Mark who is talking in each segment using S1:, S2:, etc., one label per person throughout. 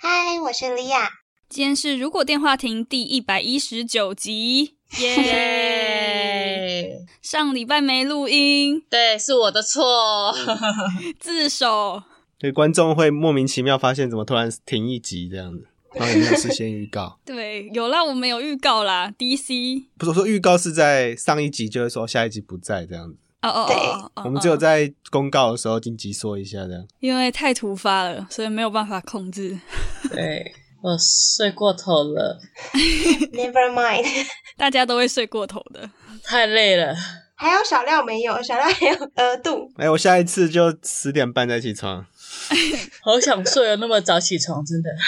S1: 嗨，我是莉 亚。
S2: 今天是《如果电话亭》第一百一十九集，耶！上礼拜没录音，
S3: 对，是我的错，
S2: 自首。。
S4: 对，观众会莫名其妙发现怎么突然停一集这样子，然后也没有事先预告
S2: 对，有啦，我们有预告啦，DC。
S4: 不是我说预告是在上一集就会说下一集不在这样子，
S2: 哦哦
S1: 对
S2: 哦，哦
S4: 我们只有，在公告的时候紧急说一下这样。
S2: 因为太突发了，所以没有办法控制。
S3: 对我睡过头了，
S1: Never mind。
S2: 大家都会睡过头的。
S3: 太累了，
S1: 还有小廖没有，小廖还有额度。
S4: 哎、我下一次就十点半再起床。
S3: 好想睡哦，那么早起床，真的。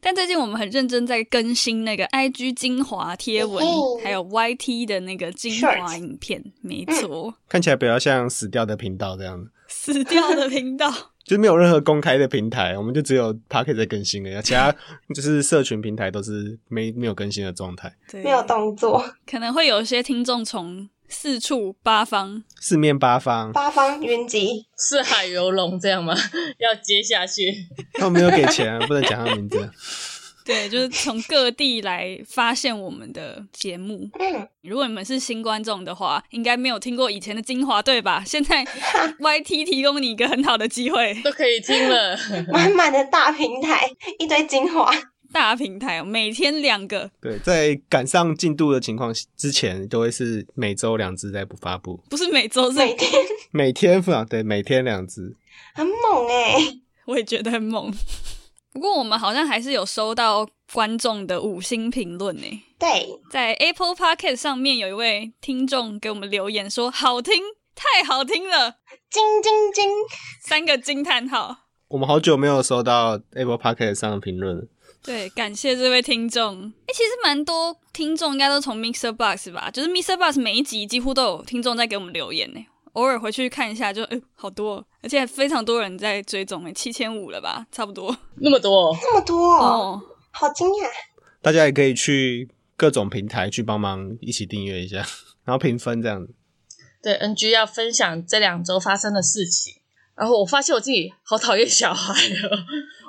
S2: 但最近我们很认真在更新那个 IG 精华贴文
S1: 嘿，
S2: 还有 YT 的那个精华
S1: 哦 Shorts 嗯
S2: 影片，没错，
S4: 看起来比较像死掉的频道这样子，
S2: 死掉的频道。
S4: 就是没有任何公开的平台，我们就只有 p a r k 在更新而已，其他就是社群平台都是没没有更新的状态。
S2: 对，
S1: 没有动作，
S2: 可能会有一些听众从四处八方，
S4: 四面八 方，
S1: 八方云集。
S3: 四海游龙这样吗？ 要接下去，
S4: 他们没有给钱、啊，不能讲他名字。
S2: 对，就是从各地来发现我们的节目。
S1: 嗯，
S2: 如果你们是新观众的话，应该没有听过以前的精华，对吧？现在 YT 提供你一个很好的机会，
S3: 都可以听了。
S1: 满满的大平台，一堆精 华。
S2: 大平台每天两个，
S4: 对，在赶上进度的情况之前，都会是每周两支在发布，
S2: 不是每周是，
S1: 每天
S4: 每天 啊，对，每天两支。
S1: 很猛哎、
S2: 我也觉得很猛。不过我们好像还是有收到观众的五星评论呢，
S1: 对，
S2: 在 Apple Podcast 上面有一位听众给我们留言说：“好听，太好听了。”
S1: 金金金，
S2: 三个惊叹号。
S4: 我们好久没有收到 Apple p o c a s t 上的评论了，
S2: 对，感谢这位听众。哎、其实蛮多听众应该都从 Mixer Box 吧，就是 Mixer Box 每一集几乎都有听众在给我们留言呢。偶尔回去看一下就，哎，好多哦，而且非常多人在追踪，哎，七千五了吧，差不多。
S3: 那么多，
S1: 这么多哦，
S2: 哦，
S1: 好惊讶！
S4: 大家也可以去各种平台去帮忙一起订阅一下，然后评分这样子。
S3: 对 NG 要分享这两周发生的事情。然后我发现我自己好讨厌小孩哦。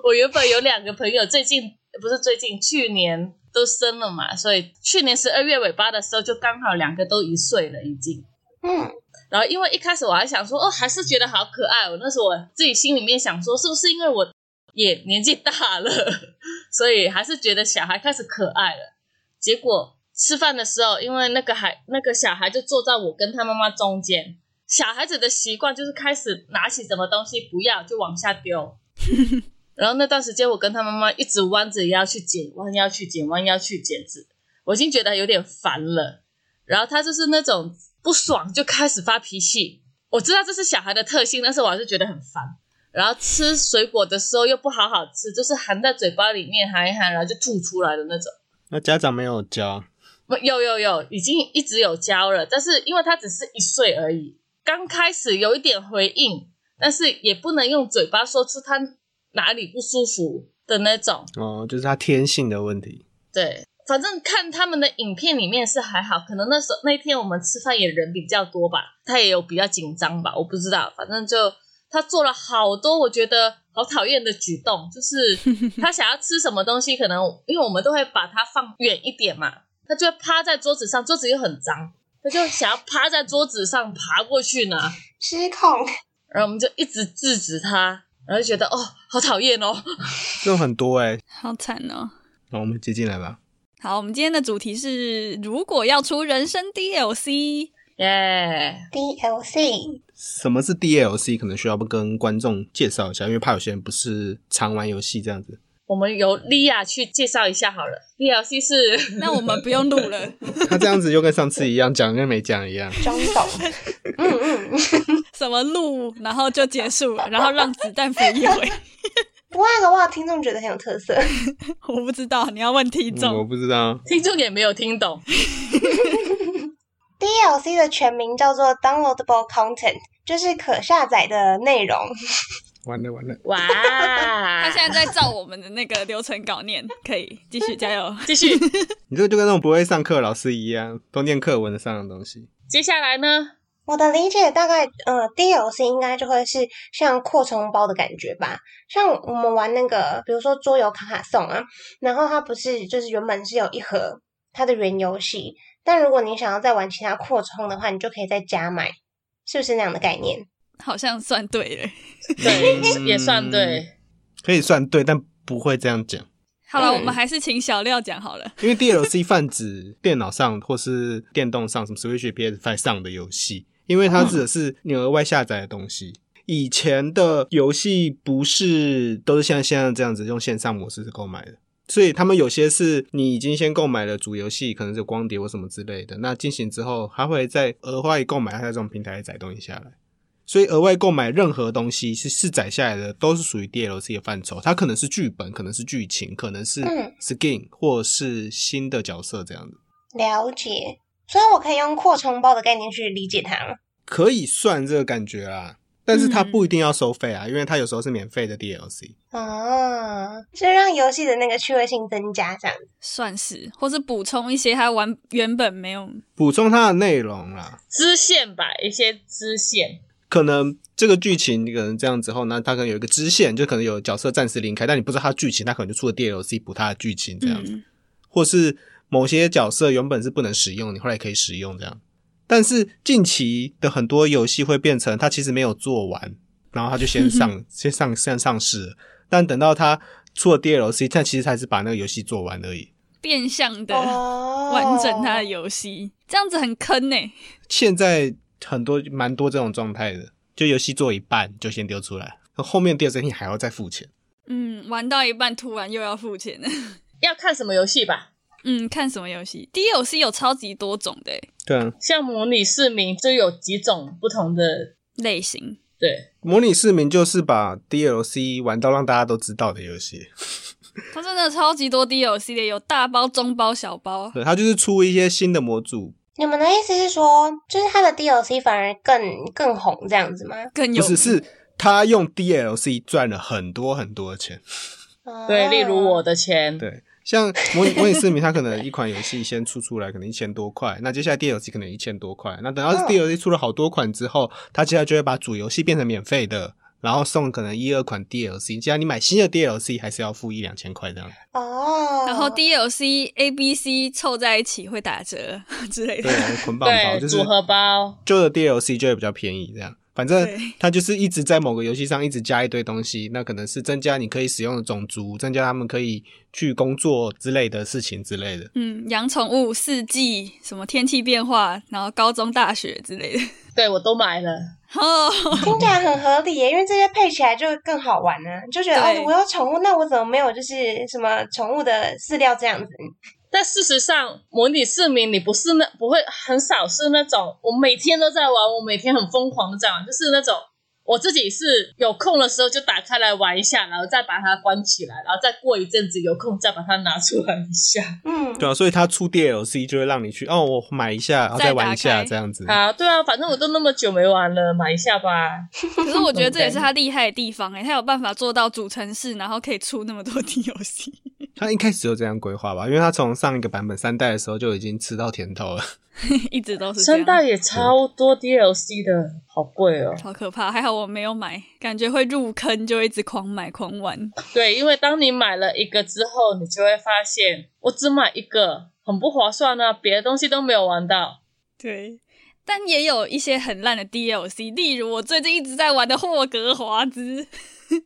S3: 我原本有两个朋友，最近不是最近，去年都生了嘛，所以去年十二月尾巴的时候，就刚好两个都一岁了，已经。
S1: 嗯，
S3: 然后因为一开始我还想说，哦，还是觉得好可爱哦。那时候我自己心里面想说，是不是因为我也年纪大了， 所以还是觉得小孩开始可爱了。结果吃饭的时候，因为那个孩那个小孩就坐在我跟他妈妈中间，小孩子的习惯就是开始拿起什么东西不要就往下丢。然后那段时间，我跟他妈妈一直弯着腰去捡，弯腰去捡，弯腰去捡子，我已经觉得有点烦了。然后他就是那种不爽就开始发脾气。我知道这是小孩的特性，但是我还是觉得很烦。然后吃水果的时候又不好好吃，就是含在嘴巴里面含一含，然后就吐出来的那种。
S4: 那家长没有教，
S3: 不，有有有，已经一直有教了，但是因为他只是一岁而已，刚开始有一点回应，但是也不能用嘴巴说出他哪里不舒服的那种。
S4: 哦，就是他天性的问题。
S3: 对，反正看他们的影片里面是还好，可能那时候那一天我们吃饭也人比较多吧，他也有比较紧张吧，我不知道，反正就他做了好多我觉得好讨厌的举动，就是他想要吃什么东西，可能因为我们都会把它放远一点嘛，他就会趴在桌子上，桌子又很脏，他就想要趴在桌子上爬过去呢。
S1: 失控，
S3: 然后我们就一直制止他，然后就觉得哦，好讨厌哦，
S4: 这种很多哎、
S2: 好惨哦。
S4: 那我们接进来吧。
S2: 好，我们今天的主题是：如果要出人生 DLC，
S3: 耶、
S1: DLC，
S4: 什么是 DLC？可能需要不跟观众介绍一下，因为怕有些人不是常玩游戏这样子。
S3: 我们由莉亚去介绍一下好了。DLC 是
S2: 那我们不用录了，
S4: 他这样子就跟上次一样，讲跟没讲一样。
S1: 装懂。 嗯嗯，
S2: 什么录，然后就结束了，然后让子弹飞一回。
S1: 不会的话，听众觉得很有特色。
S2: 我不知道，你要问听
S4: 嗯我
S2: 众。
S4: 不知道，
S3: 听众也没有听懂。
S1: DLC 的全名叫做 Downloadable Content，就是可下载的内容。
S4: 完了完了，
S3: 哇，
S4: 啊
S2: 他现在在照我们的那个流程稿念，可以继续加油。
S3: 继续，
S4: 你这个就跟那种不会上课的老师一样，都念课文上的东西。
S3: 接下来呢？
S1: 我的理解大概，呃，DLC 应该就会是像扩充包的感觉吧。像我们玩那个，比如说桌游卡卡颂啊，然后它不是就是原本是有一盒它的原游戏，但如果你想要再玩其他扩充的话，你就可以再加买，是不是那样的概念？
S2: 好像算对了。
S3: 对，
S4: 嗯
S3: 也算对。
S4: 可以算对，但不会这样讲，
S2: 好了，
S3: 嗯
S2: 我们还是请小廖讲好了。
S4: 因为 DLC 泛指电脑上或是电动上，什么 Switch、PS5 上的游戏，因为它指的是你额外下载的东西。以前的游戏不是都是像现在这样子用线上模式购买的，所以他们有些是你已经先购买了主游戏，可能是光碟或什么之类的，那进行之后，它会再额外购买它在这种平台载东西下来。所以额外购买任何东西是是载下来的，都是属于 DLC 的范畴。它可能是剧本，可能是剧情，可能是
S1: 嗯
S4: skin 或是新的角色这样子，
S1: 了解，所以我可以用扩充包的概念去理解它吗。
S4: 可以算这个感觉啦。但是它不一定要收费啊，因为它有时候是免费的 DLC。
S1: 哦，就让游戏的那个趣味性增加，这样子。
S2: 算是，或是补充一些他玩原本没有。
S4: 补充它的内容啦，
S3: 支线吧，一些支线。
S4: 可能这个剧情可能这样之后，那它可能有一个支线，就可能有角色暂时离开，但你不知道它剧情，它可能就出了 DLC 补它的剧情这样子。
S2: 嗯，
S4: 或是某些角色原本是不能使用，你后来可以使用这样。但是近期的很多游戏会变成它其实没有做完，然后它就先上先上先上市了，但等到它出了 DLC，但其实它还是把那个游戏做完而已。
S2: 变相的
S1: 哦
S2: 完整他的游戏，这样子很坑呢、
S4: 现在很多蛮多这种状态的，就游戏做一半就先丢出来，后面 DLC 你还要再付钱。
S2: 嗯，玩到一半突然又要付钱了。
S3: 要看什么游戏吧，
S2: 嗯，看什么游戏？DLC 有超级多种的欸
S4: 对啊，
S3: 像模拟市民就有几种不同的，
S2: 类型，
S3: 对，
S4: 模拟市民就是把 DLC 玩到让大家都知道的游戏。
S2: 它真的超级多 DLC 的，有大包、中包、小包。
S4: 对，它就是出一些新的模组，
S1: 你们的意思是说，就是它的 DLC 反而更更红这样子吗？
S2: 更有
S4: 不是，是他用 DLC 赚了很多很多钱。
S3: 对，例如我
S1: 的，
S3: 的钱，
S4: 哦对，像模拟模拟市民，它可能一款游戏先出出来，可能一千多块，那接下来 DLC 可能一千多块，那等到
S1: 嗯
S4: DLC 出了好多款之后，它接下来就会把主游戏变成免费的。然后送可能一二款 DLC，既然你买新的 DLC 还是要付一两千块 这样。
S1: 哦，
S2: 然后 DLC、ABC 凑在一起会打折之类
S4: 对啊
S2: 的。，
S4: 捆绑包
S3: 对，
S4: 就是
S3: 组合包，
S4: 旧的 DLC 就会比较便宜，这样。反正
S2: 对
S4: 它就是一直在某个游戏上一直加一堆东西，那可能是增加你可以使用的种族，增加他们可以去工作之类的事情之类的。
S2: 嗯，养宠物、四季、什么天气变化，然后高中、大学之类的。
S3: 对我都买了，
S2: 哦，
S1: 听起来很合理耶，因为这些配起来就更好玩呢、你就觉得
S2: 对
S1: 哦，我有宠物，那我怎么没有就是什么宠物的饲料这样子？
S3: 但事实上，模拟市民你不是那不会很少是那种我每天都在玩，我每天很疯狂的在玩，就是那种我自己是有空的时候就打开来玩一下，然后再把它关起来，然后再过一阵子有空再把它拿出来一下。
S1: 嗯，
S4: 对啊，所以它出 DLC 就会让你去哦，我买一下，然后
S2: 再
S4: 再玩一
S2: 打
S4: 下
S2: 开嗯
S4: 这样子。
S3: 啊，对啊，反正我都那么久没玩了，买一下吧。
S2: 可是我觉得这也是他厉害的地方哎、他有办法做到主城市，然后可以出那么多 DLC。
S4: 它一开始就这样规划吧，因为它从上一个版本三代的时候就已经吃到甜头了。
S2: 一直都是这
S3: 三代
S2: 样，
S3: 也超多 DLC 的，好贵哦。
S2: 好可怕！还好我没有买，感觉会入坑就一直狂买狂玩。
S3: 对，因为当你买了一个之后，你就会发现我只买一个很不划算啊，别的东西都没有玩到。
S2: 对，但也有一些很烂的 DLC，例如我最近一直在玩的霍格华兹，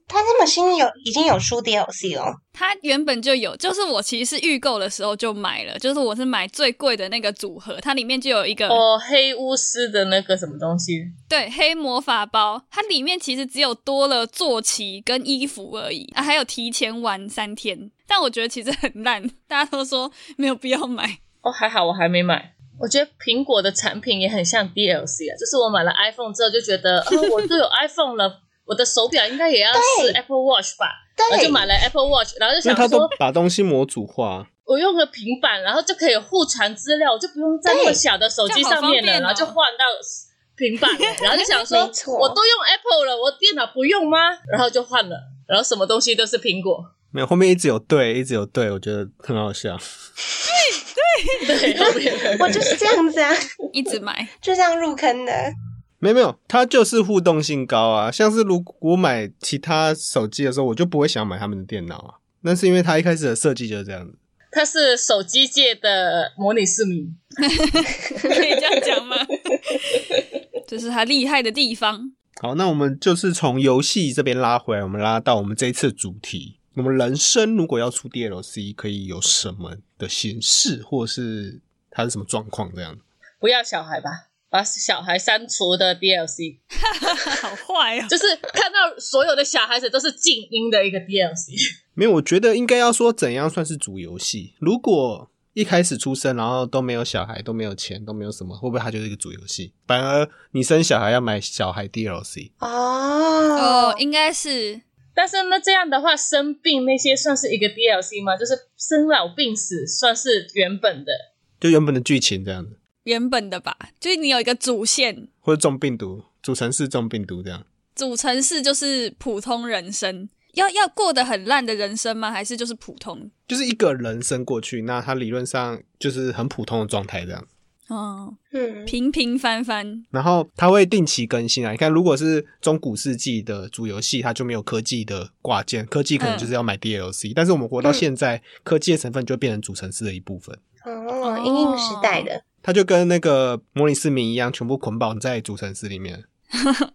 S1: 它这么新有已经有出 DLC 了，
S2: 它原本就有，就是我其实是预购的时候就买了，就是我是买最贵的那个组合，它里面就有一个、
S3: 哦，黑巫师的那个什么东西，
S2: 对黑魔法包，它里面其实只有多了坐骑跟衣服而已啊，还有提前玩三天，但我觉得其实很烂，大家都说没有必要买。
S3: 哦，还好我还没买。我觉得苹果的产品也很像 DLC 啊，就是啊我买了 iPhone 之后就觉得，哦，我都有 iPhone 了，我的手表应该也要是 Apple Watch 吧，然后
S1: 对
S3: 就，买了 Apple Watch，然后就
S4: 因
S3: 想
S4: 为他都
S3: 说，
S4: 把东西模组化，
S3: 我用个平板，然后就可以互传资料，我就不用在那么
S1: 对
S3: 小的手机
S2: 这样好
S3: 上
S2: 方
S3: 面
S2: 便
S3: 了，
S2: 哦
S3: 然后就换到平板了，然后就想说，
S1: 没错
S3: 我都用 Apple 了，我电脑不用吗？然后就换了，然后什么东西都是苹果，
S4: 没有后面一直有对，一直有对，我觉得很好笑。
S3: 对，后面
S1: 我就是这样子啊，
S2: 一直买，
S1: 就这样入坑的。
S4: 没有没有，它就是互动性高啊。像是如果我买其他手机的时候，我就不会想买他们的电脑啊。那是因为它一开始的设计就是这样子。
S3: 它是手机界的模拟市民，
S2: 可以这样讲吗？ 这是他厉害的地方。
S4: 好，那我们就是从游戏这边拉回来，我们拉到我们这一次的主题。我们人生如果要出 DLC，可以有什么的形式，或是它是什么状况这样？
S3: 不要小孩吧，把小孩删除的 DLC，
S2: 好坏哦！
S3: 就是看到所有的小孩子都是静音的一个 DLC。
S4: 没有，我觉得应该要说怎样算是主游戏。如果一开始出生，然后都没有小孩，都没有钱，都没有什么，会不会它就是一个主游戏？反而你生小孩要买小孩 DLC，
S1: 哦
S2: 哦，，应该是
S3: 但是那这样的话，生病那些算是一个 DLC 吗？就是生老病死算是原本的，
S4: 就原本的剧情这样子，
S2: 原本的吧，就是你有一个主线，
S4: 或者中病毒，主城市中病毒这样。
S2: 主城市就是普通人生，要要过得很烂的人生吗？还是就是普通？
S4: 就是一个人生过去，那他理论上就是很普通的状态这样。
S2: 哦，
S1: 嗯，
S2: 平平凡凡，
S4: 然后它会定期更新啊。你看，如果是中古世纪的主游戏，它就没有科技的挂件，科技可能就是要买 DLC、但是我们活到现在，科技的成分就变成主城市的一部分。
S1: 哦，阴影时代的，
S4: 它就跟那个模拟市民一样，全部捆绑在主城市里面，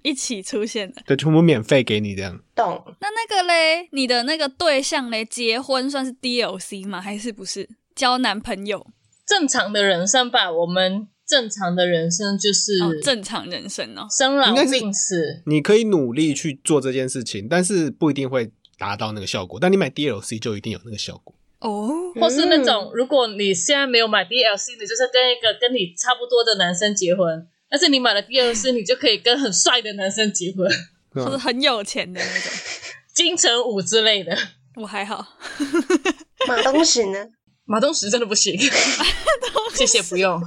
S2: 一起出现的。
S4: 对，全部免费给你这样。
S1: 懂？
S2: 那那个嘞，你的那个对象嘞，结婚算是 DLC 吗？还是不是交男朋友？
S3: 正常的人生吧。我们正常的人生就是
S2: 哦，正常人生哦。
S3: 生老
S4: 应该是
S3: 病死，
S4: 你可以努力去做这件事情，但是不一定会达到那个效果。但你买 DLC 就一定有那个效果。
S2: 哦，
S3: 或是那种如果你现在没有买 DLC，你就是跟一个跟你差不多的男生结婚，但是你买了 DLC，你就可以跟很帅的男生结婚，
S4: 对
S2: 或者
S4: 吧
S2: 很有钱的那种。
S3: 金城武之类的。
S2: 我还好，
S1: 马东石呢，
S3: 马东石真的不行， 谢谢不用。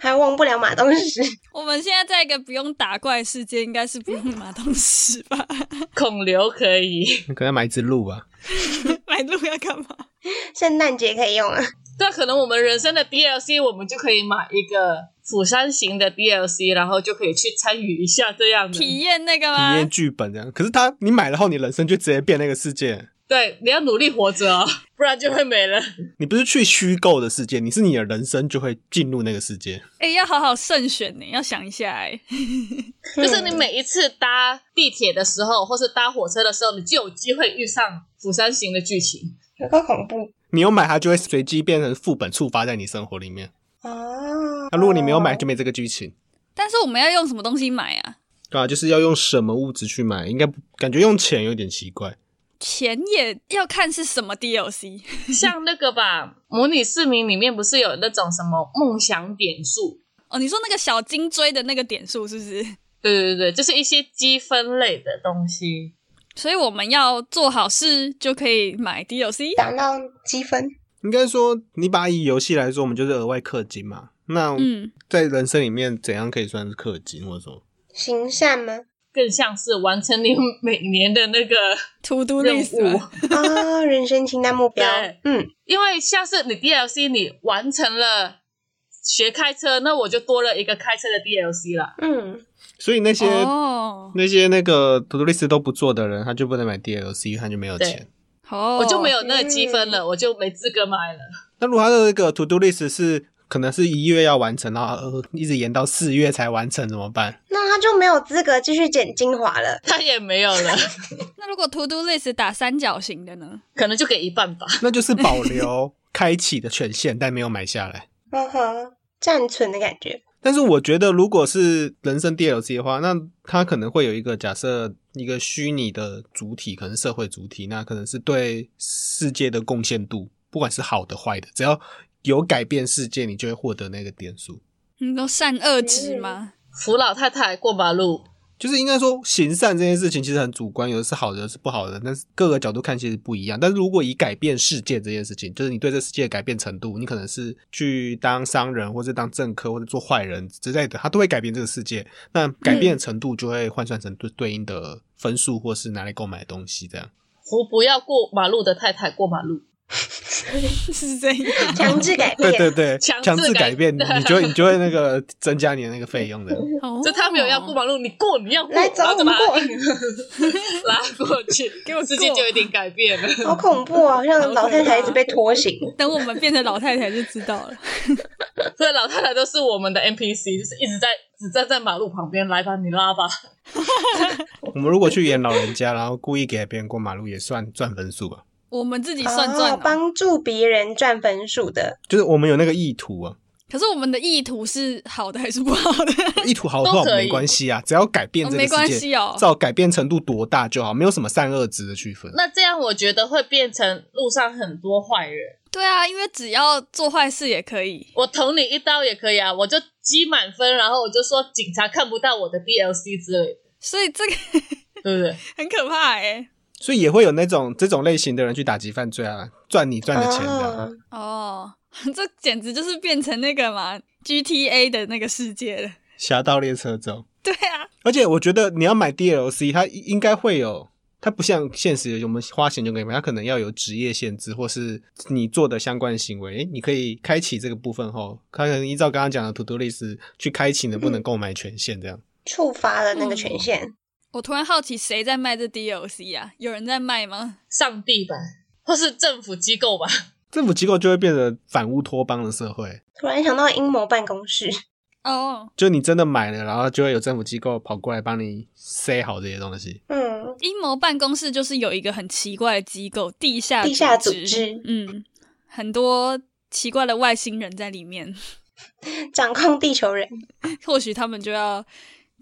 S1: 还忘不了马东石。
S2: 我们现在在一个不用打怪世界，应该是不用马东石吧？
S3: 孔刘可以，
S4: 你可能要买一只鹿啊吧。
S2: 买路要干嘛？
S1: 圣诞节可以用啊，
S3: 那可能我们人生的 DLC，我们就可以买一个釜山行的 DLC，然后就可以去参与一下这样
S2: 体
S3: 的。
S2: 验那个
S4: 体验
S2: 吗？
S4: 剧本这样，可是它你买了后，你人生就直接变那个世界。
S3: 对，你要努力活着哦，不然就会没了。
S4: 你不是去虚构的世界，你是你的人生就会进入那个世界。
S2: 哎、要好好慎选呢，要想一下哎。
S3: 就是你每一次搭地铁的时候，或是搭火车的时候，你就有机会遇上釜山行的剧情。
S1: 有够恐怖
S4: 你有买它就会随机变成副本，触发在你生活里面。
S1: 哦。
S4: 那、如果你没有买，就没这个剧情。
S2: 但是我们要用什么东西买啊？
S4: 对啊，就是要用什么物质去买？应该不感觉用钱有点奇怪。
S2: 钱也要看是什么 DLC
S3: 像那个吧，《模拟市民》里面不是有那种什么梦想点数？
S2: 哦。你说那个小金锥的那个点数是不是？
S3: 对对对，就是一些积分类的东西。
S2: 所以我们要做好事就可以买 DLC。
S1: 达到积分，
S4: 应该说，你把以游戏来说，我们就是额外氪金嘛。那
S2: 嗯，
S4: 在人生里面，怎样可以算是氪金或者什么？
S1: 行善 吗？
S3: 更像是完成你每年的那个
S2: to do
S3: 任
S2: list
S3: 务
S2: 吧。
S1: 哦，人生清单目标
S3: 对，
S1: 嗯，
S3: 因为像是你 DLC 你完成了学开车，那我就多了一个开车的 DLC 了。
S1: 嗯，
S4: 所以那些、
S2: 哦，
S4: 那些那个 to do list 都不做的人，他就不能买 DLC，他就没有
S3: 对
S4: 钱。
S2: 哦，
S3: 我就没有那个积分了，我就没资格买了。
S4: 那如果他的那个 to do list 是可能是一月要完成，然后呃一直延到四月才完成，怎么办？
S1: 那他就没有资格继续剪精华了。
S3: 他也没有了，
S2: 那如果 to do list 打三角形的呢？
S3: 可能就给一半吧。
S4: 那就是保留开启的权限，但没有买下来。
S1: 呵呵，暂存的感觉。
S4: 但是我觉得，如果是人生 DLC 的话，那它可能会有一个假设，一个虚拟的主体，可能是社会主体，那可能是对世界的贡献度，不管是好的坏的，只要有改变世界，你就会获得那个点数。
S2: 你说善恶值吗？
S3: 扶老太太过马路，
S4: 就是应该说行善这件事情其实很主观，有的是好的，有的是不好的，但是各个角度看其实不一样。但是如果以改变世界这件事情，就是你对这世界的改变程度，你可能是去当商人，或者当政客，或者做坏人之类的，他都会改变这个世界。那改变的程度就会换算成对对应的分数，或是拿来购买的东西这样。
S3: 我不要过马路的太太过马路，
S2: 是这样。
S1: 强制改
S4: 对
S1: 变，
S4: 对对，
S3: 强制
S4: 强制改
S3: 改
S4: 变，你就会你就会那个增加你的那个费用的。
S2: 哦
S3: 就他没有要过马路，你过你要过，
S1: 来找
S3: 然后就
S1: 我
S3: 把
S1: 们
S3: 他
S1: 过
S3: 拉过去，
S2: 给我
S3: 世界
S2: 过
S3: 就有点改变了。
S1: 好恐怖 哦，让老太太一直被拖行。
S2: 等我们变成老太太就知道了。
S3: 所以老太太都是我们的 NPC，就是一直在只站在马路旁边，来吧，你拉吧。
S4: 我们如果去演老人家，然后故意给别人过马路，也算赚分数吧。
S2: 我们自己算啊赚、
S3: 啊
S1: 哦帮助别人赚分数的，
S4: 就是我们有那个意图啊，
S2: 可是我们的意图是好的还是不好的？
S4: 意图好不好
S3: 都可以
S4: 没关系啊，只要改变
S2: 哦
S4: 这个
S2: 没关
S4: 世界，
S2: 系哦
S4: 照改变程度多大就好，没有什么善恶值的区分。
S3: 那这样我觉得会变成路上很多坏人。
S2: 对啊，因为只要做坏事也可以。
S3: 我捅你一刀也可以啊，我就积满分，然后我就说警察看不到我的 DLC 之类的，
S2: 所以这个
S3: 对不对？
S2: 很可怕哎、
S4: 所以也会有那种这种类型的人去打击犯罪啊，赚你赚的啊钱这样。
S1: 哦
S2: 哦， 这简直就是变成那个嘛 GTA 的那个世界了。
S4: 侠盗猎车走。
S2: 对啊，
S4: 而且我觉得你要买 DLC，它应该会有，它不像现实我们花钱就可以买，它可能要有职业限制，或是你做的相关的行为，诶你可以开启这个部分后，它可能依照刚刚讲的 To Do List 去开启能不能购买权限这样。
S2: 嗯
S1: 触发了那个权限。
S2: 我突然好奇谁在卖这 DLC 啊？有人在卖吗？
S3: 上帝吧，或是政府机构吧，
S4: 政府机构就会变成反乌托邦的社会，
S1: 突然想到阴谋办公室，
S2: 哦，
S4: 就你真的买了，然后就会有政府机构跑过来帮你塞好这些东西。
S1: 嗯，
S2: 阴谋办公室就是有一个很奇怪的机构，地下
S1: 地下组
S2: 组
S1: 织
S2: 嗯，很多奇怪的外星人在里面，
S1: 掌控地球人，
S2: 或许他们就要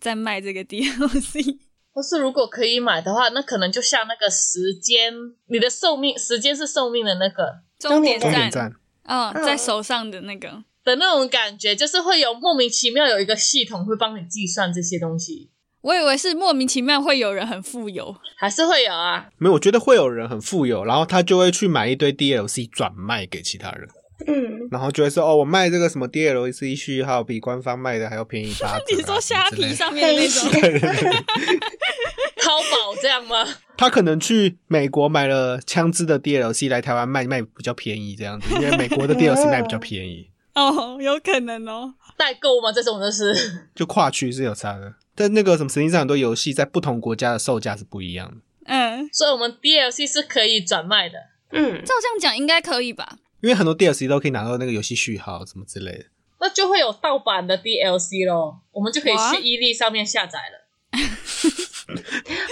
S2: 在卖这 个 DLC。
S3: 或是如果可以买的话，那可能就像那个时间，你的寿命，时间是寿命的那个
S2: 终
S1: 点
S2: 点
S4: 终
S1: 赞
S4: 点
S2: 站，
S4: 站，
S2: 嗯，
S1: 嗯
S2: 在手上的那个，
S3: 的那种感觉，就是会有莫名其妙有一个系统会帮你计算这些东西，
S2: 我以为是莫名其妙会有人很富有，
S3: 还是会有啊。
S4: 没有，我觉得会有人很富有，然后他就会去买一堆 DLC 转卖给其他人。
S1: 嗯，
S4: 然后就会说哦，我卖这个什么 DLC 序号比官方卖的还要便宜八折、啊
S2: 。你说虾
S4: 什么之类
S2: 皮
S4: 的？
S2: 上面的那 种，
S4: 对对对
S3: 淘宝这样吗？
S4: 他可能去美国买了枪支的 DLC 来台湾卖，卖比较便宜这样子，因为美国 的 DLC 卖比较便宜，
S2: 哦，有可能哦。
S3: 代购吗？这种就是，
S4: 就跨区是有差的。但那个什么，实际上很多游戏在不同国家的售价是不一样的，
S2: 嗯，
S3: 所以我们 DLC 是可以转卖的。
S1: 嗯，
S2: 照这样讲应该可以吧？
S4: 因为很多 DLC 都可以拿到那个游戏序号什么之类的。
S3: 那就会有盗版的 DLC 咯，我们就可以
S2: 哇
S3: 去伊利上面下载了。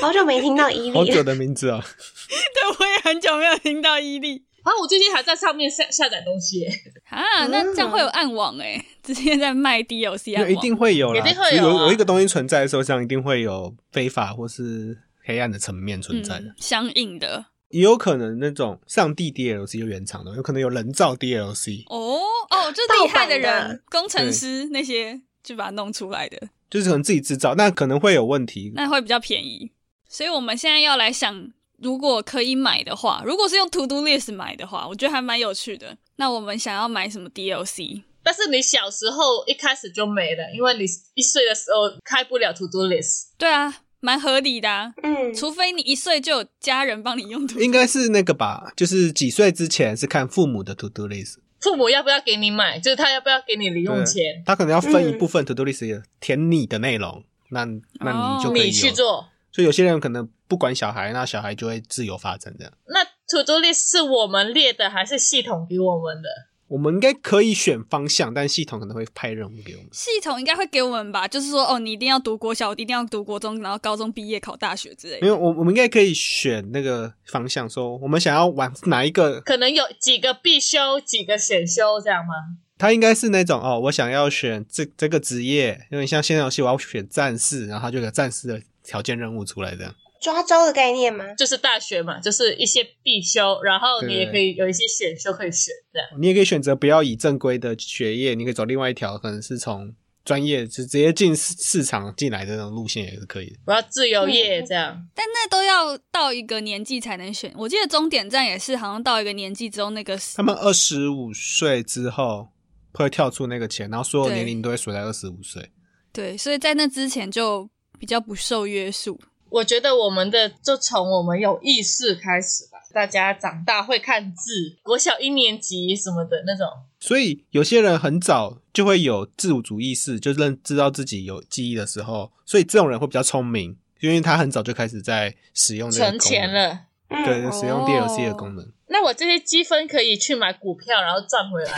S1: 好久没听到伊
S4: 好
S1: 利
S4: 久
S1: 了，
S4: 的名字 哦，
S2: 对，我也很久没有听到伊利
S3: 啊，我最近还在上面下下载东西耶，
S2: 啊，那这样会有暗网哎、 直接在卖 DLC 暗网，
S4: 那一定会有啦，
S3: 一定会有啊
S4: 有有一个东西存在的时候，上一定会有非法或是黑暗的层面存在的。
S2: 嗯、相应的
S4: 也有可能那种上帝 DLC 就原厂的，有可能有人造 DLC，
S2: 哦哦，就厉害
S1: 盗版
S2: 人，工程师那些就把它弄出来的，
S4: 就是可能自己制造，那可能会有问题。
S2: 那会比较便宜。所以我们现在要来想，如果可以买的话，如果是用 To Do List 买的话，我觉得还蛮有趣的。那我们想要买什么 DLC？
S3: 但是你小时候一开始就没了，因为你一岁的时候开不了 To Do List，
S2: 对啊，蛮合理的、啊，
S1: 嗯，
S2: 除非你一岁就有家人帮你用 To Do
S4: 应该是那个吧，就是几岁之前是看父母的 to do list，
S3: 父母要不要给你买，就是他要不要给你零用钱，
S4: 他可能要分一
S1: 嗯
S4: 部分 to do list 也填你的内容，那那你就可以有
S3: 哦你去。做。
S4: 所以有些人可能不管小孩，那小孩就会自由发展这样。
S3: 那 To Do List 是我们列的，还是系统给我们的？
S4: 我们应该可以选方向，但系统可能会派任务给我们。
S2: 系统应该会给我们吧，就是说，哦，你一定要读国小，一定要读国中，然后高中毕业考大学之类的。
S4: 没有，我我们应该可以选那个方向，说我们想要玩哪一个
S3: 可能有几个必修，几个选修，这样吗？
S4: 他应该是那种哦，我想要选这这个职业，有点像现在游戏我要选战士，然后他就有战士的条件任务出来这样。
S1: 抓周的概念吗？
S3: 就是大学嘛，就是一些必修，然后你也可以有一些选修可以选这样。
S4: 你也可以选择不要以正规的学业，你可以走另外一条，可能是从专业就直接进市市场进来的那种路线也是可以的。
S3: 我要自由业这样。
S2: 但那都要到一个年纪才能选。我记得终点站也是，好像到一个年纪之后，那个
S4: 他们二十五岁之后会跳出那个钱，然后所有
S2: 对
S4: 年龄都会锁在二十五岁。
S2: 对，所以在那之前就比较不受约束。
S3: 我觉得我们的就从我们有意识开始吧，大家长大会看字，国小一年级什么的那种，
S4: 所以有些人很早就会有自主意识，就认知道自己有记忆的时候，所以这种人会比较聪明，因为他很早就开始在使用这个
S3: 存
S4: 功
S3: 钱
S4: 能，
S3: 了。
S1: 嗯
S4: 对，使
S2: 哦
S4: 用 DLC 的功能。
S3: 那我这些积分可以去买股票，然后赚回来。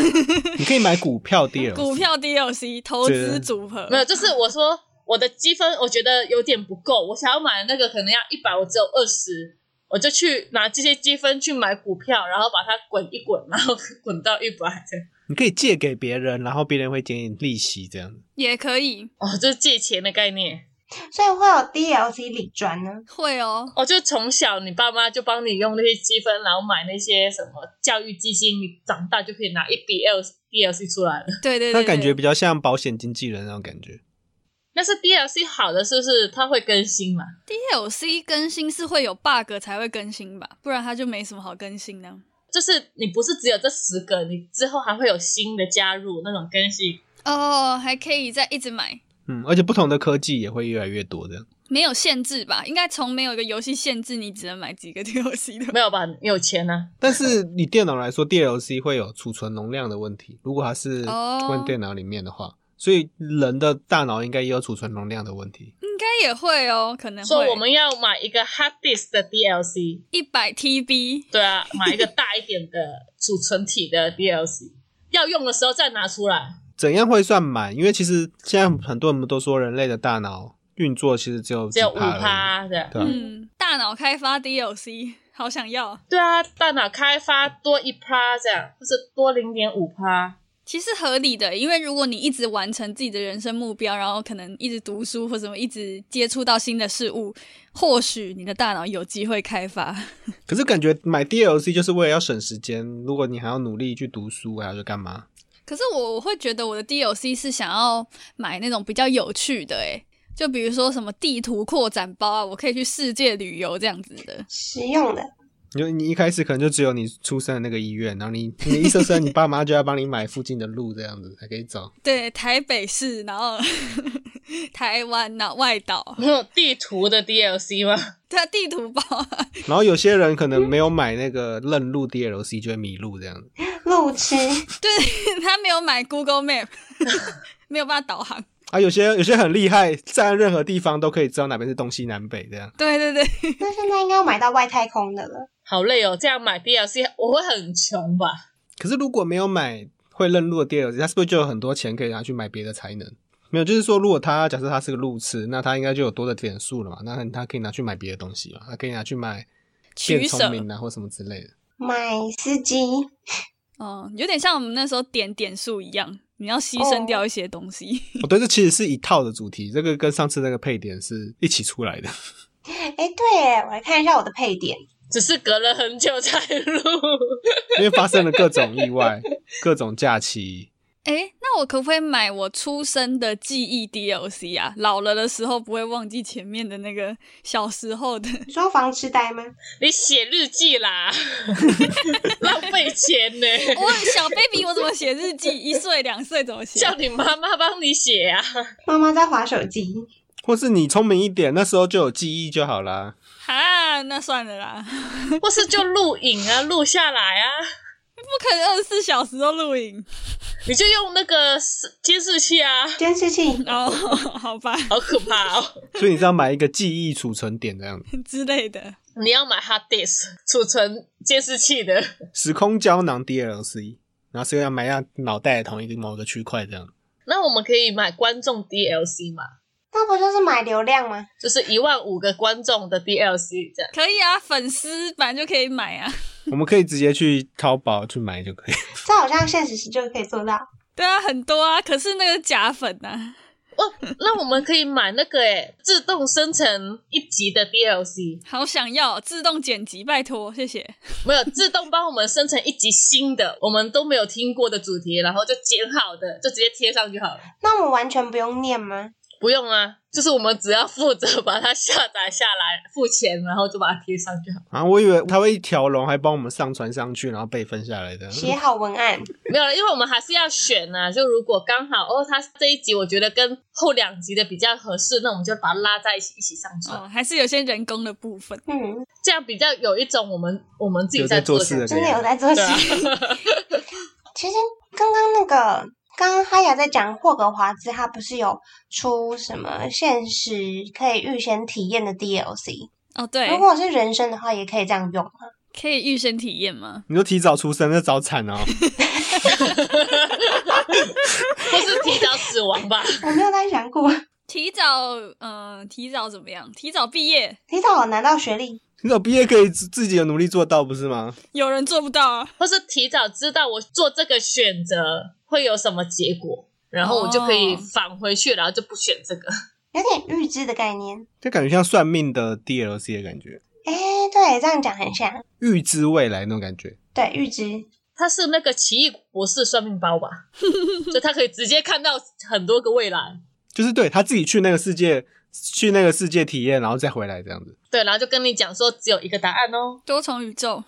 S4: 你可以买 股票 DLC，
S2: 股票 DLC 投资组合
S3: 没有，就是我说我的积分我觉得有点不够，我想要买的那个可能要一百，我只有二十，我就去拿这些积分去买股票，然后把它滚一滚，然后滚到一百。
S4: 你可以借给别人，然后别人会给你利息，这样
S2: 也可以，
S3: 哦，就是借钱的概念。
S1: 所以会有 DLC 理专呢。
S2: 会哦。
S3: 哦，就从小你爸妈就帮你用那些积分，然后买那些什么教育基金，你长大就可以拿一笔 L DLC 出来了。
S2: 对对对
S4: 那感
S2: 对
S4: 觉比较像保险经纪人那种感觉。
S3: 但是 DLC 好的是不是它会更新嘛？
S2: DLC 更新是会有 bug 才会更新吧，不然它就没什么好更新的。
S3: 就是你不是只有这十个，你之后还会有新的加入那种更新。
S2: 哦，还可以再一直买，
S4: 嗯，而且不同的科技也会越来越多这样。
S2: 没有限制吧？应该从没有一个游戏限制你只能买几个 DLC 的。
S3: 没有吧？你有钱啊？
S4: 但是你电脑来说，DLC 会有储存容量的问题，如果它是
S2: 哦
S4: 混电脑里面的话，所以人的大脑应该也有储存容量的问题。
S2: 应该也会哦，可能
S3: 说
S2: 会。
S3: 我们要买一个 hard disk 的 DLC，
S2: 一百 TB，
S3: 对啊，买一个大一点 的储存体的 DLC，要用的时候再拿出来。
S4: 怎样会算满？因为其实现在很多人都说人类的大脑运作其实只有
S3: 只有
S4: 几
S3: 五
S4: 趴而已，
S3: 趴的，
S4: 对啊
S2: 嗯，大脑开发 DLC，好想要。
S3: 对啊，大脑开发多一趴这样，或是多零点五趴。
S2: 其实合理的，因为如果你一直完成自己的人生目标，然后可能一直读书或什么，一直接触到新的事物，或许你的大脑有机会开发。
S4: 可是感觉买 DLC 就是为了要省时间，如果你还要努力去读书，还要去干嘛？
S2: 可是我我会觉得我的 DLC 是想要买那种比较有趣的，诶，就比如说什么地图扩展包啊，我可以去世界旅游这样子的。
S1: 实用的，
S4: 你就你一开始可能就只有你出生的那个医院，然后你你一出生，你爸妈就要帮你买附近的路这样子才可以走。
S2: 对，台北市，然后台湾呐、外岛，
S3: 你有地图的 DLC 吗？
S2: 对啊，地图包啊、
S4: 然后有些人可能没有买那个认路 DLC 就会迷路这样子。
S1: 路痴，
S2: 对他没有买 Google Map，没有办法导航。
S4: 啊，有些有些很厉害，站任何地方都可以知道哪边是东西南北这样。
S2: 对对对，
S1: 那现在应该要买到外太空的了。
S3: 好累哦，这样买 DLC 我会很穷吧？
S4: 可是如果没有买会认路的 DLC，他是不是就有很多钱可以拿去买别的才能？没有，就是说，如果他假设他是个路痴，那他应该就有多的点数了嘛？那他可以拿去买别的东西嘛？他可以拿去买变
S2: 取
S4: 聪
S2: 舍，
S4: 明啊，或什么之类的。
S1: 买司机，
S2: 嗯，有点像我们那时候点点数一样，你要牺牲掉一些东西。
S4: 哦，对，这其实是一套的主题，这个跟上次那个配点是一起出来的。
S1: 哎，对耶，我来看一下我的配点。
S3: 只是隔了很久才录，
S4: 因为发生了各种意外、各种假期，
S2: 诶，那我可不可以买我出生的记忆 DLC 啊？老了的时候不会忘记前面的那个小时候的。
S1: 你说防痴呆吗？
S3: 你写日记啦， 浪费钱 呢。
S2: 我小 baby 我怎么写日记？一岁两岁怎么写？
S3: 叫你妈妈帮你写啊！
S1: 妈妈在划手机，
S4: 或是你聪明一点，那时候就有记忆就好啦。
S2: 啊，那算了啦，
S3: 或是就录影啊，录下来啊，
S2: 不可能二十四小时都录影
S3: 你就用那个视监视器啊，
S1: 监视器，
S2: 哦，好吧
S3: 好可怕哦！
S4: 所以你知道买一个记忆储存点这样子，
S2: 之类的。
S3: 你要买 hard disk 储存监视器的，
S4: 时空胶囊 DLC，然后是要埋到脑袋的同一个某个区块这样。
S3: 那我们可以买观众 DLC 嘛？
S1: 那不就是买流量吗？
S3: 就是一万五个观众的 DLC 这样。
S2: 可以啊，粉丝版就可以买 啊。
S4: 我们可以直接去淘宝去买就可以。
S1: 这好像现实是就可以做到。
S2: 对啊，很多啊，可是那个假粉呐、啊，
S3: 哦，那我们可以买那个诶，自动生成一集的 DLC，
S2: 好想要自动剪辑，拜托，谢谢。
S3: 没有自动帮我们生成一集新的，我们都没有听过的主题，然后就剪好的，就直接贴上就好了，
S5: 那我们完全不用念吗？
S3: 不用啊，就是我们只要负责把它下载下来，付钱，然后就把它贴上就好。
S4: 啊，我以为他会一条龙，还帮我们上传上去，然后备份下来的。
S1: 啊
S5: 写好文案，
S3: 没有了，因为我们还是要选呐、就如果刚好哦，他这一集我觉得跟后两集的比较合适，那我们就把它拉在一起一起上传，
S2: 哦，还是有些人工的部分。
S5: 嗯，
S3: 这样比较有一种我们我们自己
S4: 有在
S3: 做
S4: 做事的
S5: 真的有在做
S3: 对
S5: 事。
S3: 啊
S5: 其实刚刚那个，刚刚哈雅在讲霍格华兹，他不是有出什么限时可以预先体验的 DLC？
S2: 哦，对，
S5: 如果是人生的话，也可以这样用啊。
S2: 可以预先体验吗？
S4: 你说提早出生，那早产啊！
S3: 或是提早死亡吧。
S5: 我没有在想过，
S2: 提早，嗯、提早怎么样？提早毕业，
S5: 提早拿到学历，
S4: 你早毕业可以自自己有努力做到，不是吗？
S2: 有人做不到啊。
S3: 或是提早知道我做这个选择会有什么结果，然后我就可以
S2: 哦
S3: 返回去，然后就不选这个。
S5: 有点预知的概念。
S4: 这感觉像算命的 DLC 的感觉，
S5: 哎，对，这样讲很像。
S4: 预知未来那种感觉。
S5: 对，预知
S3: 他是那个奇异博士算命 包吧，就他可以直接看到很多个未来，
S4: 就是对他自己去那个世界，去那个世界体验，然后再回来这样子。
S3: 对，然后就跟你讲说只有一个答案哦。
S2: 多重宇宙，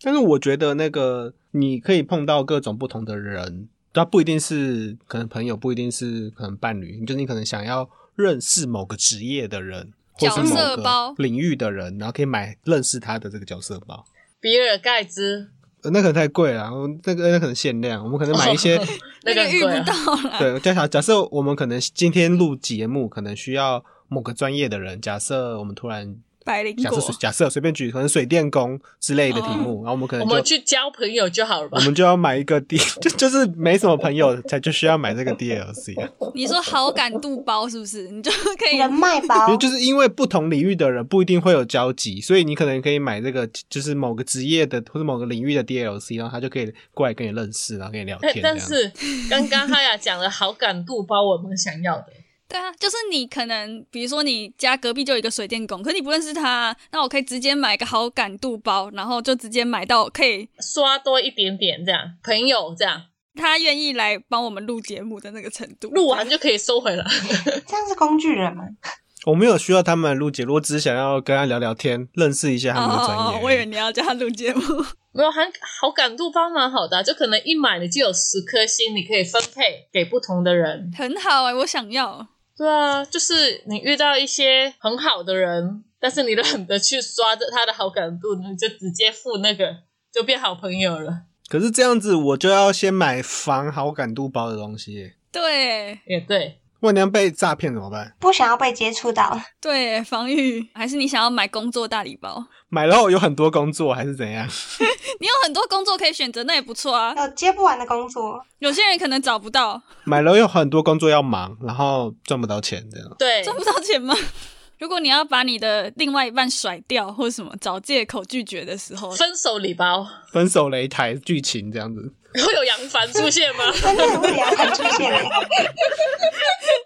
S4: 但是我觉得那个你可以碰到各种不同的人，他不一定是可能朋友，不一定是可能伴侣，就是你可能想要认识某个职业的人，或是
S2: 角
S4: 某
S2: 色
S4: 个
S2: 包
S4: 领域的人，然后可以买认识他的这个角色包。
S3: 比尔盖茨
S4: 呃那可能太贵了，那个那可能限量，我们可能买 一些
S3: 那个
S2: 个
S3: 很
S2: 遇
S3: 贵
S2: 不
S3: 啊，
S2: 到啦。
S4: 对，假假假设我们可能今天录节目，可能需要某个专业的人。假设我们突然
S2: 百灵
S4: 假
S2: 果
S4: 设，随假设随便举，可能水电工之类的题
S2: 哦
S4: 目，然后我们可
S3: 我
S4: 能就
S3: 们去交朋友就 好了吧
S4: 我。们就要买一个 D，就 就是没什么朋友才就需要买这个 DLC，啊
S3: 哦
S2: 你说好感度包是不是？你就可以
S5: 人脉包
S4: 因为，就是因为不同领域的人不一定会有交集，所以你可能可以买这个就是某个职业的或者某个领域的 DLC，然后他就可以过来跟你认识，然后跟你聊
S3: 但
S4: 天。
S3: 但
S4: 这样
S3: 是刚刚哈雅讲的好感度包，我们想要的，
S2: 对啊，就是你可能，比如说你家隔壁就有一个水电工，可你不认识他啊，那我可以直接买一个好感度包，然后就直接买到可以
S3: 刷多一点点这样，朋友这样
S2: 他愿意来帮我们录节目的那个程度。
S3: 录完就可以收回来。
S5: 这样是工具人吗？
S4: 我没有需要他们录节目，我只是想要跟他聊聊天，认识一下他们的专业而已。
S2: 哦
S3: 哦
S2: 我以为你要叫他录节目，
S3: 没有，还好感度包蛮好的啊、就可能一买你就有十颗星，你可以分配给不同的人。
S2: 很好哎、我想要。
S3: 对啊，就是你遇到一些很好的人，但是你懒得去刷着他的好感度，你就直接付那个，就变好朋友了。
S4: 可是这样子，我就要先买防好感度包的东西耶。
S2: 对
S3: 也对，
S4: 万一被诈骗怎么办？
S5: 不想要被接触到，
S2: 对，防御还是你想要买工作大礼包？
S4: 买了后有很多工作还是怎样？
S2: 你有很多工作可以选择，那也不错 啊。
S5: 有接不完的工作，
S2: 有些人可能找不到，
S4: 买了有很多工作要忙，然后赚不到钱这样。
S3: 对，
S2: 赚不到钱吗？ 如果你要把你的另外一半甩掉或者什么找借口拒绝的时候，
S3: 分手礼包
S4: 分手擂台剧情这样 子，
S3: 会有杨凡出现 吗？
S5: 真的很无聊，很出现欸的。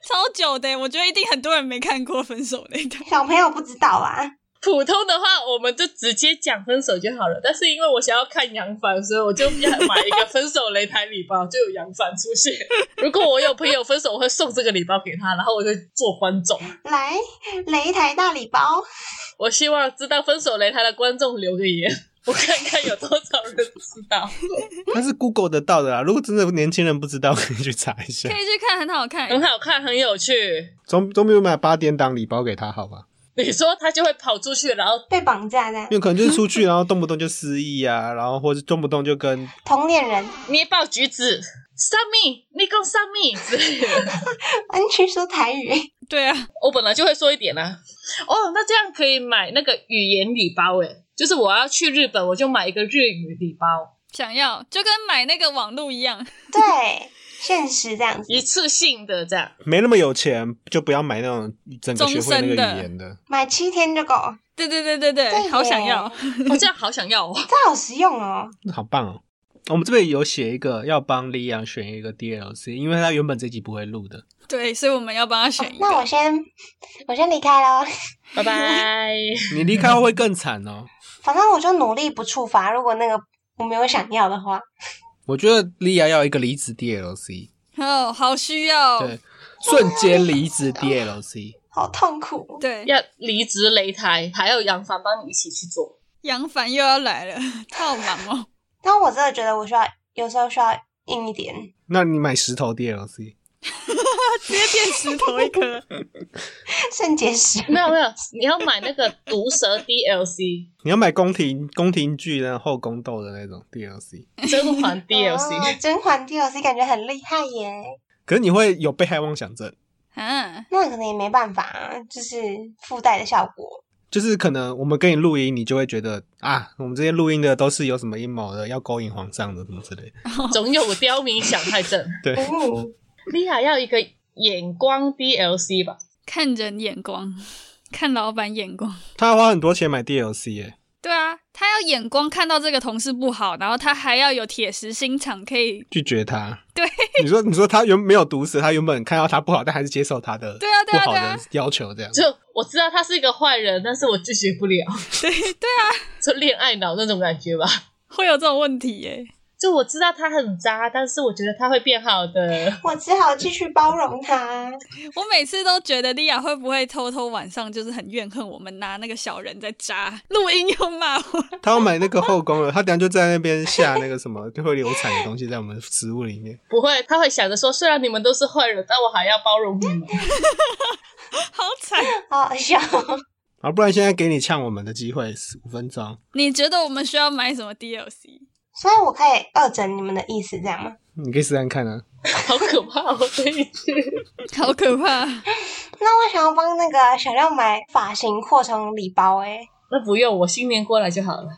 S2: 超久的，我觉得一定很多人没看过《分手擂台》。
S5: 小朋友不知道啊，
S3: 普通的话，我们就直接讲分手就好了。但是因为我想要看杨帆，所以我就要买一个分手擂台礼包，就有杨帆出 现。如果我有朋友分手，我会送这个礼包给他，然后我就做观众。
S5: 来擂台大礼包，
S3: 我希望知道分手擂台的观众留个言，我看看有多少人知道。
S4: 但是 Google 得到的啦。如果真的年轻人不知 道，可以去查一下
S2: 可。以去看，很好看。
S3: 很好看，很有趣。
S4: 总总比我买八点档礼包给他好吧？
S3: 你说他就会跑出去，然后
S5: 被绑架这样
S4: 因，为可能就是出去，然后动不动就失忆啊， 然后或是动不动就跟
S5: 同恋人，
S3: 捏爆橘子，三米，你讲三米之类的。
S5: 安区说台语，
S2: 对啊，
S3: 我本来就会说一点啦、哦，那这样可以买那个语言礼包诶，就是我要去日本，我就买一个日语礼包，
S2: 想要就跟买那个网路一样，
S5: 对，现实这样子，
S3: 一次性的这样。
S4: 没那么有钱，就不要买那种整个学会那
S2: 终身
S4: 个
S2: 的
S4: 语言的。
S5: 买七天就够，
S2: 对对对对对，
S5: 对耶
S2: 好想要。
S3: 我、哦、这样好想要哦。
S5: 这好实用哦。
S4: 好棒哦！我们这边有写一个要帮李阳选一个 DLC，因为他原本这集不会录的。
S2: 对，所以我们要帮他选一个。
S1: 那我先我先离开喽，
S3: 拜拜。
S4: 你离开会更惨 哦。
S1: 反正我就努力不触发。如果那个我没有想要的话，
S4: 我觉得莉亚要一个离职 DLC，
S2: 哦，好需要。哦
S4: 对，瞬间离职 DLC。
S1: 好痛苦。
S2: 对，
S3: 要离职擂台，还有杨帆帮你一起去做。
S2: 杨凡又要来了， 他好忙哦。
S1: 但我真的觉得我需要有时候需要硬一点。
S4: 那你买石头 DLC，
S2: 直接变石头 一颗。
S1: 肾结石，
S3: 没有没有，你要买那个毒蛇 DLC、
S4: 你要买宫廷宫廷剧的后宫斗的那种 DLC，
S3: 甄嬛
S1: 哦
S3: DLC，
S1: 甄嬛 DLC 感觉很厉害耶。
S4: 可是你会有被害妄想症，
S2: 嗯，
S1: 那可能也没办法啊，就是附带的效果。
S4: 就是可能我们跟你录音，你就会觉得啊，我们这些录音的都是有什么阴谋的，要勾引皇上的什么之类的。
S3: 总有刁民想太正。
S4: 对，
S1: 哦，
S3: 莉亚要一个眼光 DLC 吧？
S2: 看人眼光，看老板眼光。
S4: 他要花很多钱买 DLC 耶。
S2: 对啊，他要眼光看到这个同事不好，然后他还要有铁石心肠，可以。
S4: 拒绝他，
S2: 对，
S4: 你说你说他原没有毒死，他原本看到他不好，但还是接受他的
S2: 对啊
S4: 不
S2: 对啊
S4: 好
S2: 对啊
S4: 的要求这样。
S3: 就我知道他是一个坏人，但是我拒绝不了，
S2: 对对啊，
S3: 就恋爱脑那种感觉吧。
S2: 会有这种问题耶。
S3: 就我知道他很渣，但是我觉得他会变好的。
S1: 我只好继续包容他。
S2: 我每次都觉得莉亚会不会偷偷晚上就是很怨恨我们拿那个小人在扎录音又骂我，
S4: 他要买那个后宫了，他等下就在那边下那个什么，就会流产的东西在我们食物里面。
S3: 不会，他会想着说，虽然你们都是坏人，但我还要包容你们。
S2: 好惨。
S1: 好好笑。
S4: 啊，不然现在给你呛我们的机会五分钟，
S2: 你觉得我们需要买什么 DLC？
S1: 所以我可以二整你们的意思，这样吗？
S4: 你可以试看看啊。
S3: 好可怕哦！这一句，
S2: 好可怕！
S1: 那我想要帮那个小廖买发型扩充礼包、欸，诶，
S3: 那不用，我新年过来就好了，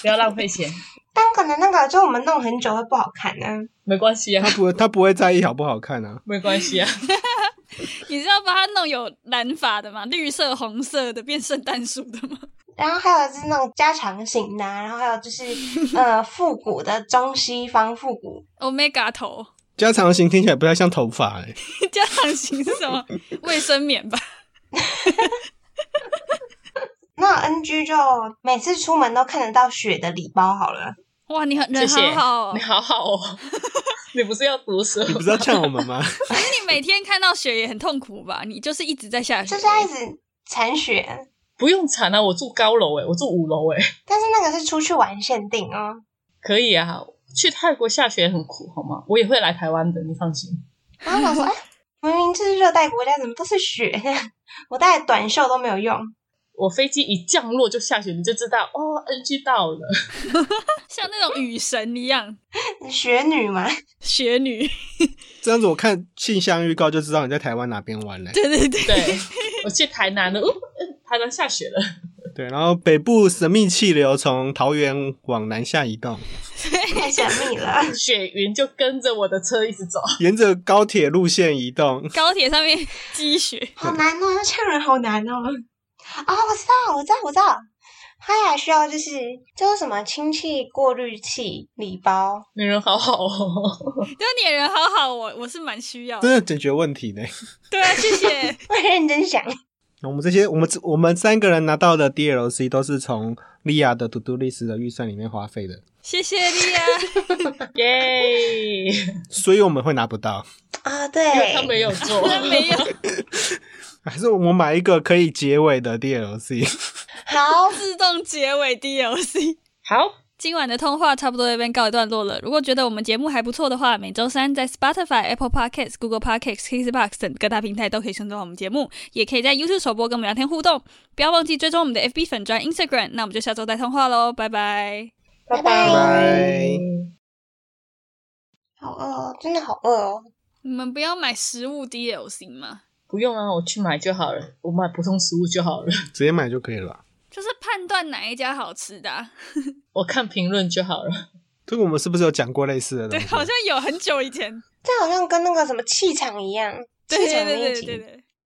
S3: 不要浪费钱，
S1: 但可能那个就我们弄很久会不好看呢、
S3: 没关系啊
S4: 他，不会，他不会在意好不好看啊。
S3: 没关系啊。
S2: 你是要把它弄有蓝发的吗？绿色、红色的变圣诞树的吗？
S1: 然后还有是那种加长型的啊、然后还有就是呃复古的中西方复古，
S2: Omega 头
S4: 加长型听起来不太像头发哎、
S2: 加长型是什么？卫生棉吧？
S1: 那 NG 就每次出门都看得到雪的礼包好了。
S2: 哇，你很
S3: 谢
S2: 人
S3: 谢，
S2: 好好哦
S3: 你！好好哦。 你不是要毒舌
S4: 你不？是要呛我们吗？
S2: 可是你每天看到雪也很痛苦吧？你就是一直在下雪
S1: 就是。要一直铲雪，
S3: 不用惨啊，我住高楼诶，我住五楼诶，
S1: 但是那个是出去玩限定哦。
S3: 可以啊。去泰国下雪很苦，好吗？我也会来台湾的，你放心。
S1: 然后我想说，哎、明明这是热带国家，怎么都是雪？ 我带短袖都没有用。
S3: 我飞机一降落就下雪，你就知道哦，NG 到 了。
S2: 像那种雨神一样，
S1: 雪女嘛，
S2: 雪女。
S4: 这样子我看信箱预告就知道你在台湾哪边玩嘞、
S2: 对对对，
S3: 对，我去台南了，哦，嗯台南下雪了。
S4: 对，然后北部神秘气流从桃园往南下移动，
S1: 太神秘了。
S3: 雪云就跟着我的车一直走，
S4: 沿着高铁路线移动。
S2: 高铁上面积雪。
S1: 好难哦，要呛人好难哦。啊、我知道，我知道，我知道。哈雅需要就是就是什么氢气过滤器礼包，
S3: 女人好好哦。
S2: 对，你的人好好，我我是蛮需要的
S4: 真。的解决问题呢、
S2: 对啊，谢谢。
S1: 我认真想，
S4: 我们这些，我们我们三个人拿到的 DLC 都是从莉亚的 To Do List 的预算里面花费的，
S2: 谢谢啊莉 亚，
S3: 耶！
S4: 所以我们会拿不到。
S1: 啊、
S3: 因为他
S1: 对，
S3: 没有做，
S2: 他没有
S4: 还是我们买一个可以结尾的 DLC？
S1: 好，
S2: 自动结尾 DLC。
S3: 好。
S2: 今晚的通话差不多这边告一段落了。如果觉得我们节目还不错的话，每周三在 Spotify、Apple Podcasts、Google Podcasts、KissBox 等各大平台都可以收听到我们节目，也可以在 YouTube 首播跟我们聊天互动。不要忘记追踪我们的 FB 粉专 Instagram。那我们就下周再通话喽，拜拜。
S1: 拜
S4: 拜
S1: 拜。
S4: 拜。
S1: 好饿哦，真的好饿哦。
S2: 你们不要买食物 DLC 吗？
S3: 不用啊，我去买就好了，我买普通食物就好了，
S4: 直接买就可以了啊吧。
S2: 就是判断哪一家好吃的、啊。
S3: 我看评论就好了。
S4: 这个我们是不是有讲过类似的
S2: 对啊
S4: 东，西？
S2: 好像有很久以前。
S1: 这好像跟那个什么气场一样，
S2: 对
S1: 气
S2: 对
S1: 场那
S2: 对
S1: 一
S2: 对对
S1: 集。
S2: 对。